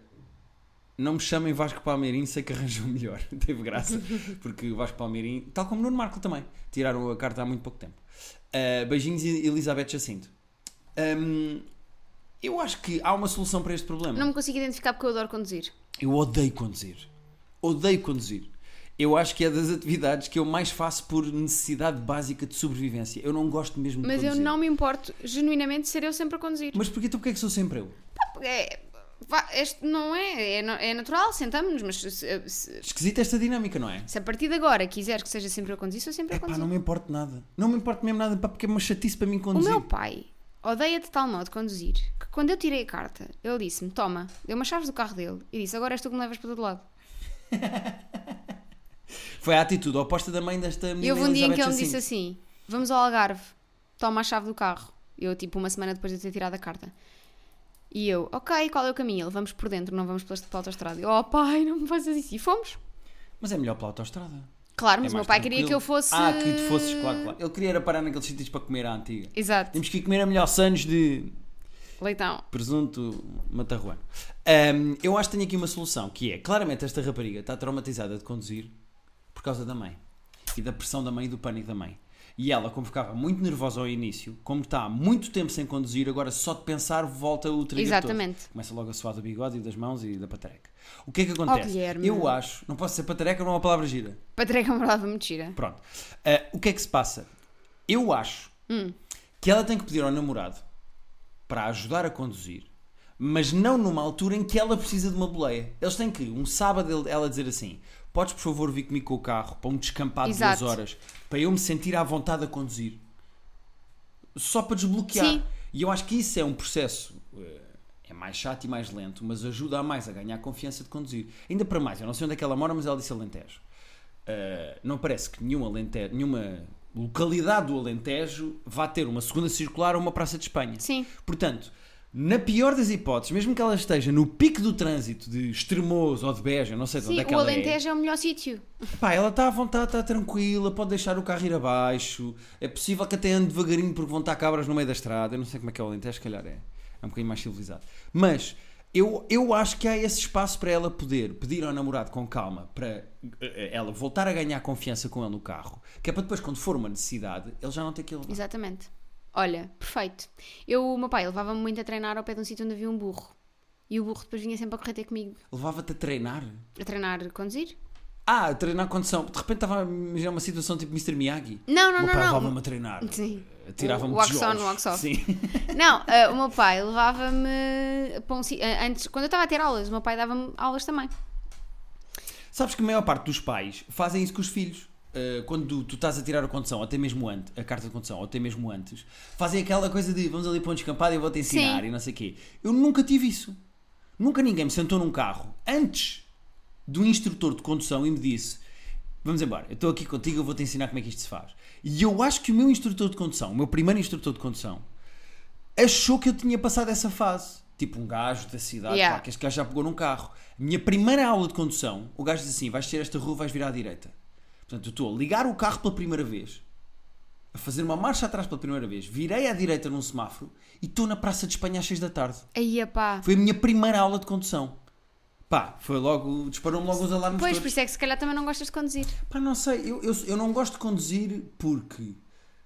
S2: não me chamem Vasco Palmeirim, sei que arranjou melhor. Teve graça, porque o Vasco Palmeirim, tal como Nuno Marco também, tiraram a Eh, carta há muito pouco tempo. Uh, beijinhos, Elizabeth Jacinto. Um, Eu acho que há uma solução para este problema.
S1: Não me consigo identificar porque eu adoro conduzir.
S2: Eu odeio conduzir. Odeio conduzir. Eu acho que é das atividades que eu mais faço por necessidade básica de sobrevivência. Eu não gosto mesmo
S1: Mas
S2: de
S1: eu
S2: conduzir.
S1: não me importo, genuinamente, de ser eu sempre a conduzir.
S2: Mas porquê tu porque é que sou sempre eu?
S1: É, vá, este não é, é, no- é natural, sentamos-nos, mas se- se, se-
S2: Esquisita esta dinâmica, não é?
S1: se a partir de agora quiseres que seja sempre eu a conduzir, sou sempre eu a
S2: Pá,
S1: conduzir.
S2: não me importo nada. Não me importo mesmo nada, pá, porque é uma chatice para mim
S1: O
S2: conduzir.
S1: meu pai odeia de tal modo conduzir que quando eu tirei a carta, ele disse-me: Toma, deu-me as chaves do carro dele e disse: Agora és tu que me levas para todo lado.
S2: Foi a atitude oposta da mãe desta menina.
S1: E houve um dia em que
S2: Elizabeth
S1: ele me disse
S2: Jacinto.
S1: assim: Vamos ao Algarve, toma a chave do carro. Eu, tipo, uma semana depois de ter tirado a carta. E eu, ok, qual é o caminho? Ele, vamos por dentro, não vamos pela pela autostrada. Eu, oh pai, não me faças isso. E fomos.
S2: Mas é melhor pela autostrada.
S1: Claro, assim- mas o
S2: É
S1: meu
S2: mais
S1: pai
S2: tranquilo.
S1: queria que eu fosse.
S2: Ah, que tu fosses, claro, claro. Ele queria era parar naqueles sítios para comer à antiga.
S1: Exato.
S2: Temos que ir comer a melhor sanos de
S1: Leitão.
S2: presunto matarruano. Ahm, eu acho que tenho aqui uma solução, que é, claramente esta rapariga está traumatizada de conduzir por causa da mãe. E da pressão da mãe e do pânico da mãe. E ela, como ficava muito nervosa ao início, como está há muito tempo sem conduzir, agora só de pensar volta o trigger
S1: Exatamente.
S2: todo. Começa logo a suar do bigode e das mãos e da patreca. O que é que acontece?
S1: Oh, Guilherme.
S2: eu acho, não posso ser patreca, não é uma palavra gira.
S1: Patrega uma palavra mentira.
S2: Pronto. Ah, o que é que se passa? Eu acho
S1: Hum.
S2: que ela tem que pedir ao namorado para a ajudar a conduzir, mas não numa altura em que ela precisa de uma boleia. Eles têm que, um sábado, ele- ela dizer assim: Podes, por favor, vir comigo com o carro para um descampado de duas
S1: Exato.
S2: horas, para eu me sentir à vontade a conduzir. Só para desbloquear.
S1: Sim.
S2: E eu acho que isso é um processo. eh, É mais chato e mais lento, mas ajuda a mais a ganhar confiança de conduzir. Ainda para mais, eu não sei onde é que ela mora, mas ela disse Alentejo. Uh, não parece que nenhum Alentejo, nenhuma localidade do Alentejo vá ter uma segunda circular ou uma praça de Espanha.
S1: Sim.
S2: Portanto, na pior das hipóteses, mesmo que ela esteja no pico do trânsito de Estremoz ou de Beja, não sei de onde
S1: Sim,
S2: é que
S1: o
S2: ela
S1: Alentejo é o melhor sítio.
S2: é, pá, ela está à vontade, está tranquila, pode deixar o carro ir abaixo, é possível que até ande devagarinho porque vão estar cabras no meio da estrada, eu não sei como é que é o Alentejo, se calhar é, é um bocadinho mais civilizado. Mas... Eu, eu acho que há esse espaço para ela poder pedir ao namorado com calma para eh, ela voltar a ganhar confiança com ele no carro, que é para depois, quando for uma necessidade, ele já não ter que ele.
S1: Exatamente. Olha, perfeito. Eu, o meu pai levava-me muito a treinar ao pé de um sítio onde havia um burro. E o burro depois vinha sempre a correr ter comigo
S2: Levava-te a treinar?
S1: a treinar a conduzir.
S2: Ah, a treinar condição. De repente estava a imaginar uma situação tipo Mr. Miyagi.
S1: Não, não,
S2: O meu
S1: não,
S2: pai
S1: não.
S2: levava-me a treinar.
S1: Sim.
S2: Tirava-me
S1: O- o axon,
S2: tijolos.
S1: o axon.
S2: Sim.
S1: Não, eh, o meu pai levava-me para um si- eh, antes Quando eu estava a ter aulas, o meu pai dava-me aulas também.
S2: Sabes que a maior parte dos pais fazem isso com os filhos. Uh, quando tu, tu estás a tirar a condição, ou até mesmo antes, a carta de condição, ou até mesmo antes, fazem aquela coisa de vamos ali para um descampado e eu vou-te ensinar
S1: Sim.
S2: e não sei o quê. Eu nunca tive isso. Nunca ninguém me sentou num carro antes do instrutor de condução e me disse vamos embora, eu estou aqui contigo, eu vou-te ensinar como é que isto se faz. E eu acho que o meu instrutor de condução, o meu primeiro instrutor de condução, achou que eu tinha passado essa fase. Tipo um gajo da cidade,
S1: Yeah.
S2: claro que este gajo já pegou num carro. Minha primeira aula de condução, o gajo diz assim: vais ter esta rua, vais virar à direita. Portanto, eu estou a ligar o carro pela primeira vez, a fazer uma marcha atrás pela primeira vez, virei à direita num semáforo e estou na Praça de Espanha às 6 da tarde.
S1: Aí, pá.
S2: Foi a minha primeira aula de condução. Pá, foi logo, disparou-me logo os alarmes
S1: Pois, por
S2: todos.
S1: isso é que se calhar também não gostas de conduzir.
S2: Pá, não sei, eu, eu, eu não gosto de conduzir porque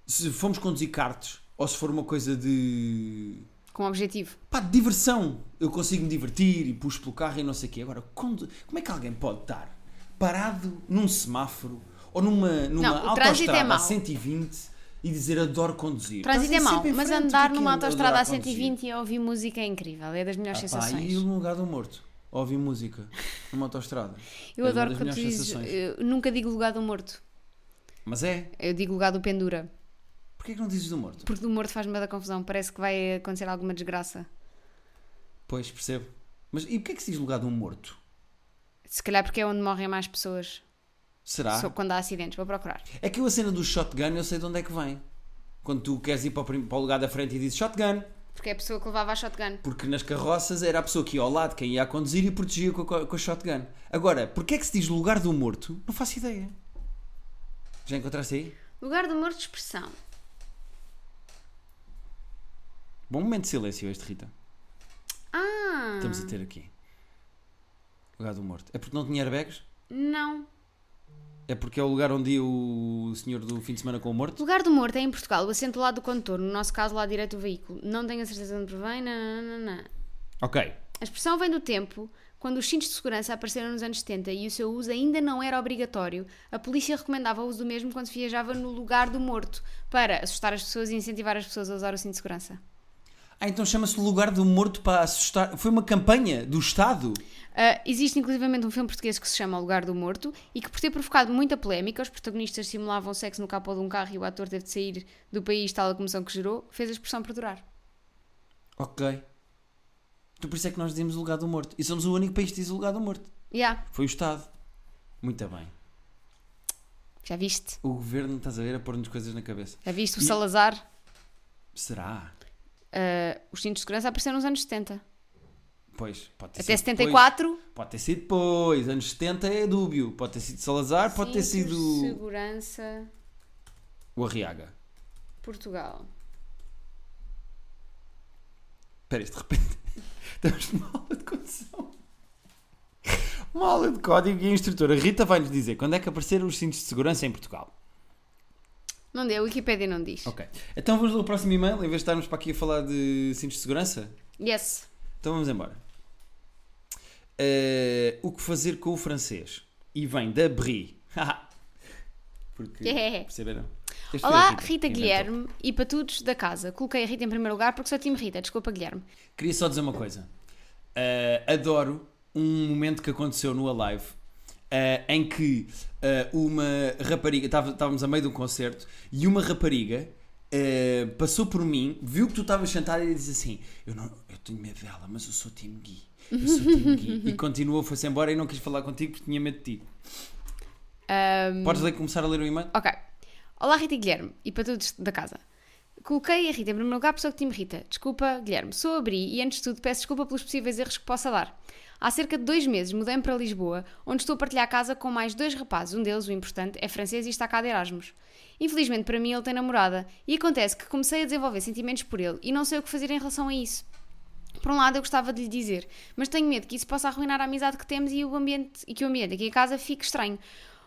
S2: se formos conduzir karts ou se for uma coisa de
S1: Com um objetivo.
S2: pá, de diversão. Eu consigo me divertir e puxo pelo carro e não sei o quê. Agora, quando- como é que alguém pode estar parado num semáforo ou numa, numa
S1: Não, o trânsito é
S2: autostrada a
S1: mau.
S2: 120 e dizer adoro conduzir?
S1: Trânsito é
S2: Estás
S1: mau,
S2: sempre em
S1: mas
S2: frente,
S1: andar
S2: o que é que
S1: numa
S2: é
S1: autostrada
S2: adorar
S1: a
S2: conduzir?
S1: 120 e ouvir música é incrível. É das melhores
S2: Ah, pá, e eu
S1: sensações.
S2: no lugar do morto. a Ouvir música numa autostrada.
S1: Eu
S2: É uma
S1: adoro
S2: das
S1: quando tu
S2: melhores
S1: dizes. eh,
S2: sensações.
S1: eu nunca digo lugar do morto.
S2: Mas é?
S1: Eu digo lugar do pendura.
S2: Porquê que não dizes do morto?
S1: Porque do morto faz-me da confusão. Parece que vai acontecer alguma desgraça.
S2: Pois, percebo. Mas e porquê que se diz lugar do morto?
S1: Se calhar porque é onde morrem mais pessoas.
S2: Será?
S1: Só quando há acidentes. Vou procurar.
S2: É que eu a cena do shotgun eu sei de onde é que vem. Quando tu queres ir para o prim- para o lugar da frente e dizes shotgun,
S1: Porque é a pessoa que levava a shotgun.
S2: Porque nas carroças era a pessoa que ia ao lado, quem ia a conduzir e protegia com a, co- com a shotgun. Agora, porquê é que se diz lugar do morto? Não faço ideia. Já encontraste aí?
S1: Lugar do morto, expressão.
S2: Bom momento de silêncio este, Rita.
S1: Ah!
S2: Estamos a ter aqui. Lugar do morto. É porque não tinha airbags?
S1: Não.
S2: É porque é o lugar onde ia o senhor do fim de semana com o
S1: O
S2: morto?
S1: Lugar do morto é em Portugal, o assento lá do condutor, no nosso caso, lá direito do veículo. Não tenho a certeza de onde provém, nananana.
S2: Ok.
S1: A expressão vem do tempo, quando os cintos de segurança apareceram nos anos 70 e o seu uso ainda não era obrigatório. A polícia recomendava o uso do mesmo quando se viajava no lugar do morto, para assustar as pessoas e incentivar as pessoas a usar o cinto de segurança.
S2: Ah, então chama-se Lugar do Morto para assustar. Foi uma campanha do Estado?
S1: Ah, existe inclusivamente um filme português que se chama O Lugar do Morto e que, por ter provocado muita polémica, os protagonistas simulavam sexo no capô de um carro e o ator teve de sair do país, tal a comoção que gerou, fez a expressão perdurar.
S2: Ok. Então por isso é que nós dizemos Lugar do Morto. E somos o único país que diz Lugar do Morto.
S1: Yeah,
S2: Foi o Estado. Muito bem.
S1: já viste?
S2: O governo, estás a ver, a pôr-nos coisas na cabeça.
S1: Já viste o
S2: E-
S1: Salazar?
S2: Será?
S1: Ah, os cintos de segurança apareceram nos anos 70.
S2: Pois, pode ter
S1: Até
S2: sido depois.
S1: 74.
S2: Pode ter sido depois. Anos 70 é dúbio. Pode ter sido Salazar, pode ter
S1: Cintos de
S2: sido
S1: Segurança
S2: o Arriaga.
S1: Portugal.
S2: Espera, isto de repente. Estamos numa aula de condução. Uma aula de código e a instrutora Rita vai nos dizer quando é que apareceram os cintos de segurança em Portugal.
S1: Não deu, a Wikipédia não diz.
S2: Ok. Então vamos ler o próximo e-mail, em vez de estarmos para aqui a falar de cintos de segurança?
S1: Yes.
S2: Então vamos embora. Eh, o que fazer com o francês? E vem da Brie. Porque.
S1: Yeah.
S2: Perceberam? Tens de
S1: É. Olá,
S2: ver a
S1: Rita
S2: é inventou.
S1: Guilherme e para todos da casa. Coloquei a Rita em primeiro lugar porque sou time Rita. Desculpa, Guilherme.
S2: Queria só dizer uma coisa. Eh, adoro um momento que aconteceu no Alive eh, em que eh, uma rapariga. tava- Estávamos a meio de um concerto e uma rapariga. eh, passou por mim, viu que tu estavas sentada e disse assim: eu, não, eu tenho medo dela, mas eu sou Tim Gui. Eu sou Tim Gui. e continuou, foi-se embora e não quis falar contigo porque tinha medo de ti. Podes ler, começar a ler o e-mail?
S1: Ok. Olá, Rita e Guilherme, e para todos da casa. Coloquei a Rita em primeiro lugar, pessoa que time Rita. Desculpa, Guilherme, sou a Bri e antes de tudo peço desculpa pelos possíveis erros que possa dar. Há cerca de dois meses mudei-me para Lisboa, onde estou a partilhar casa com mais dois rapazes. Um deles, o importante, é francês e está cá de Erasmus. Infelizmente para mim ele tem namorada e acontece que comecei a desenvolver sentimentos por ele e não sei o que fazer em relação a isso. Por um lado, eu gostava de lhe dizer, mas tenho medo que isso possa arruinar a amizade que temos e, o ambiente, e que o ambiente aqui em casa fique estranho.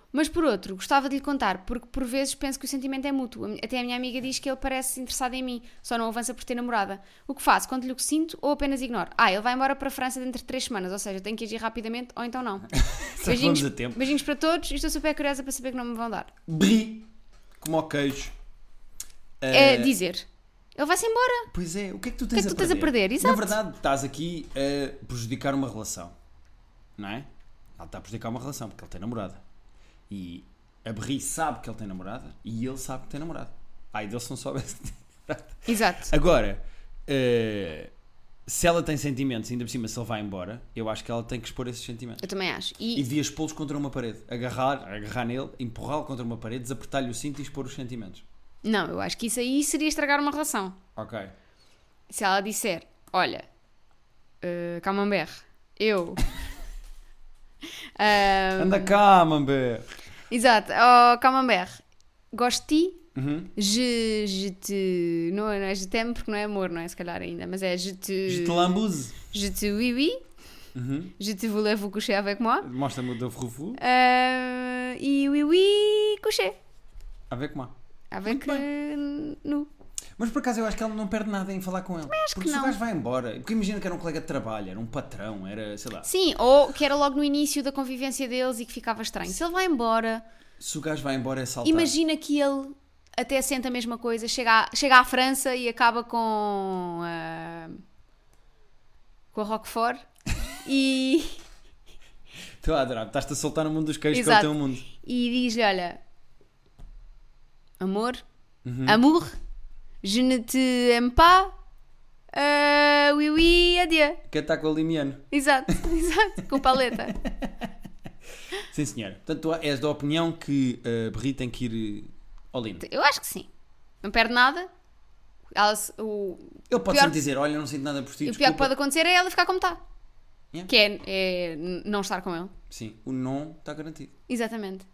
S1: Mas por outro, gostava de lhe contar, porque por vezes penso que o sentimento é mútuo. A mi- Até a minha amiga diz que ele parece interessado em mim, só não avança por ter namorada. O que faço? Conto-lhe o que sinto ou apenas ignoro? Ah, ele vai embora para a França dentro de três semanas, ou seja, tenho que agir rapidamente ou então não.
S2: Só que
S1: beijinhos,
S2: vamos a é tempo.
S1: beijinhos para todos e estou super curiosa para saber que não me vão dar.
S2: Bri, como ao queijo.
S1: É,
S2: Eh,
S1: dizer, ele vai-se embora.
S2: Pois é, o que é que tu tens,
S1: que tu tens a perder?
S2: Na
S1: Exato.
S2: verdade, estás aqui a prejudicar uma relação, não é? Ela está a prejudicar uma relação porque ele tem namorada. E a Berri sabe que ele tem namorada e ele sabe que tem namorada. Ai, Deus se não soubesse que tem namorada.
S1: Exato.
S2: Agora, eh, se ela tem sentimentos, ainda por cima, se ele vai embora, eu acho que ela tem que expor esses sentimentos.
S1: Eu também acho.
S2: E devia expô-los contra uma parede. Agarrar, agarrar nele, empurrá-lo contra uma parede, desapertar-lhe o cinto e expor os sentimentos.
S1: e não, eu acho que isso aí seria estragar uma relação.
S2: Ok.
S1: se ela disser, olha, eh, Camembert, eu... Ah,
S2: Anda cá, Mambé!
S1: exato, oh, Camembert, gosto de ti,
S2: Uhum.
S1: je, je te... Não, é- não é je t'aime porque não é amor, não é se calhar ainda, mas é je te...
S2: Je te lambuze.
S1: Je te oui oui,
S2: Uhum.
S1: je te voulais vous coucher avec moi.
S2: Mostra-me o Dove Rufu.
S1: Ah, e oui oui, coucher.
S2: A ver como há.
S1: Avec eh, nu.
S2: Mas por acaso eu acho que ela não perde nada em falar com ele. Mas
S1: acho
S2: Porque
S1: que
S2: se o
S1: não.
S2: gajo vai embora. Porque imagina que era um colega de trabalho, era um patrão, era, sei lá.
S1: Sim, ou que era logo no início da convivência deles e que ficava estranho. Se ele vai embora,
S2: Se o gajo vai embora é saltar.
S1: Imagina que ele até sente a mesma coisa, chega à, chega à França e acaba com a, com a Roquefort e,
S2: Estou a adorar. Estás-te a soltar no mundo dos queijos
S1: Exato.
S2: que é o teu mundo.
S1: e diz-lhe: Olha, amor,
S2: Uhum.
S1: amour, je ne te aime pas, euh, oui, oui, adieu.
S2: Quem está com o Limiano.
S1: Exato, exato, com paleta.
S2: Sim, senhora. Portanto, tu és da opinião que a Berri tem que ir eh, ao Lino.
S1: Eu acho que sim, não perde nada. Ela se- o,
S2: Ele pode
S1: pior-
S2: sempre dizer: Olha, não sinto nada por ti.
S1: e o pior que
S2: desculpa.
S1: pode acontecer é ela ficar como está,
S2: Yeah.
S1: que é- é n- não estar com ele.
S2: Sim, o não está garantido.
S1: Exatamente.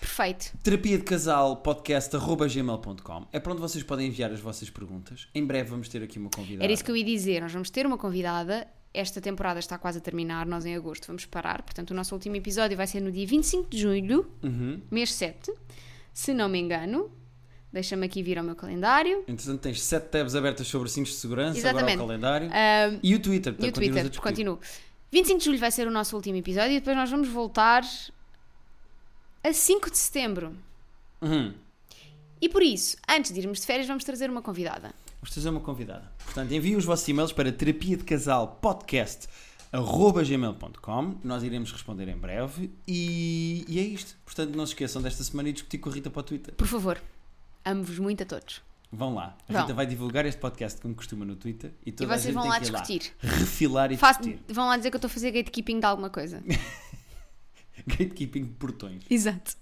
S1: Perfeito.
S2: Terapia de Casal podcast arroba gmail.com é para onde vocês podem enviar as vossas perguntas. Em breve vamos ter aqui uma convidada.
S1: Era isso que eu ia dizer. Nós vamos ter uma convidada. Esta temporada está quase a terminar, nós em agosto vamos parar. Portanto, o nosso último episódio vai ser no dia 25 de julho,
S2: Uhum.
S1: mês 7, se não me engano. Deixa-me aqui vir ao meu calendário.
S2: Entretanto, tens sete tabs abertas sobre cintos de segurança,
S1: Exatamente.
S2: agora o calendário.
S1: Ahm,
S2: E o Twitter,
S1: e o
S2: portanto, Então, continuas a
S1: Twitter,
S2: discutir.
S1: continuo. 25 de julho vai ser o nosso último episódio e depois nós vamos voltar a 5 de setembro.
S2: Uhum.
S1: E por isso, antes de irmos de férias, vamos trazer uma convidada.
S2: Vamos trazer uma convidada. Portanto, enviem os vossos e-mails para terapia de casal podcast gmail.com nós iremos responder em breve e, e é isto, portanto não se esqueçam desta semana e discutir com a Rita para o Twitter
S1: Por favor, amo-vos muito a todos.
S2: vão lá, a
S1: Vão.
S2: Rita vai divulgar este podcast como costuma no Twitter e toda a
S1: vocês
S2: gente
S1: vão
S2: tem
S1: lá
S2: que ir
S1: discutir.
S2: lá, refilar e
S1: Fa-
S2: discutir
S1: vão lá dizer que eu estou a fazer gatekeeping de alguma coisa.
S2: gatekeeping de portões
S1: Exato.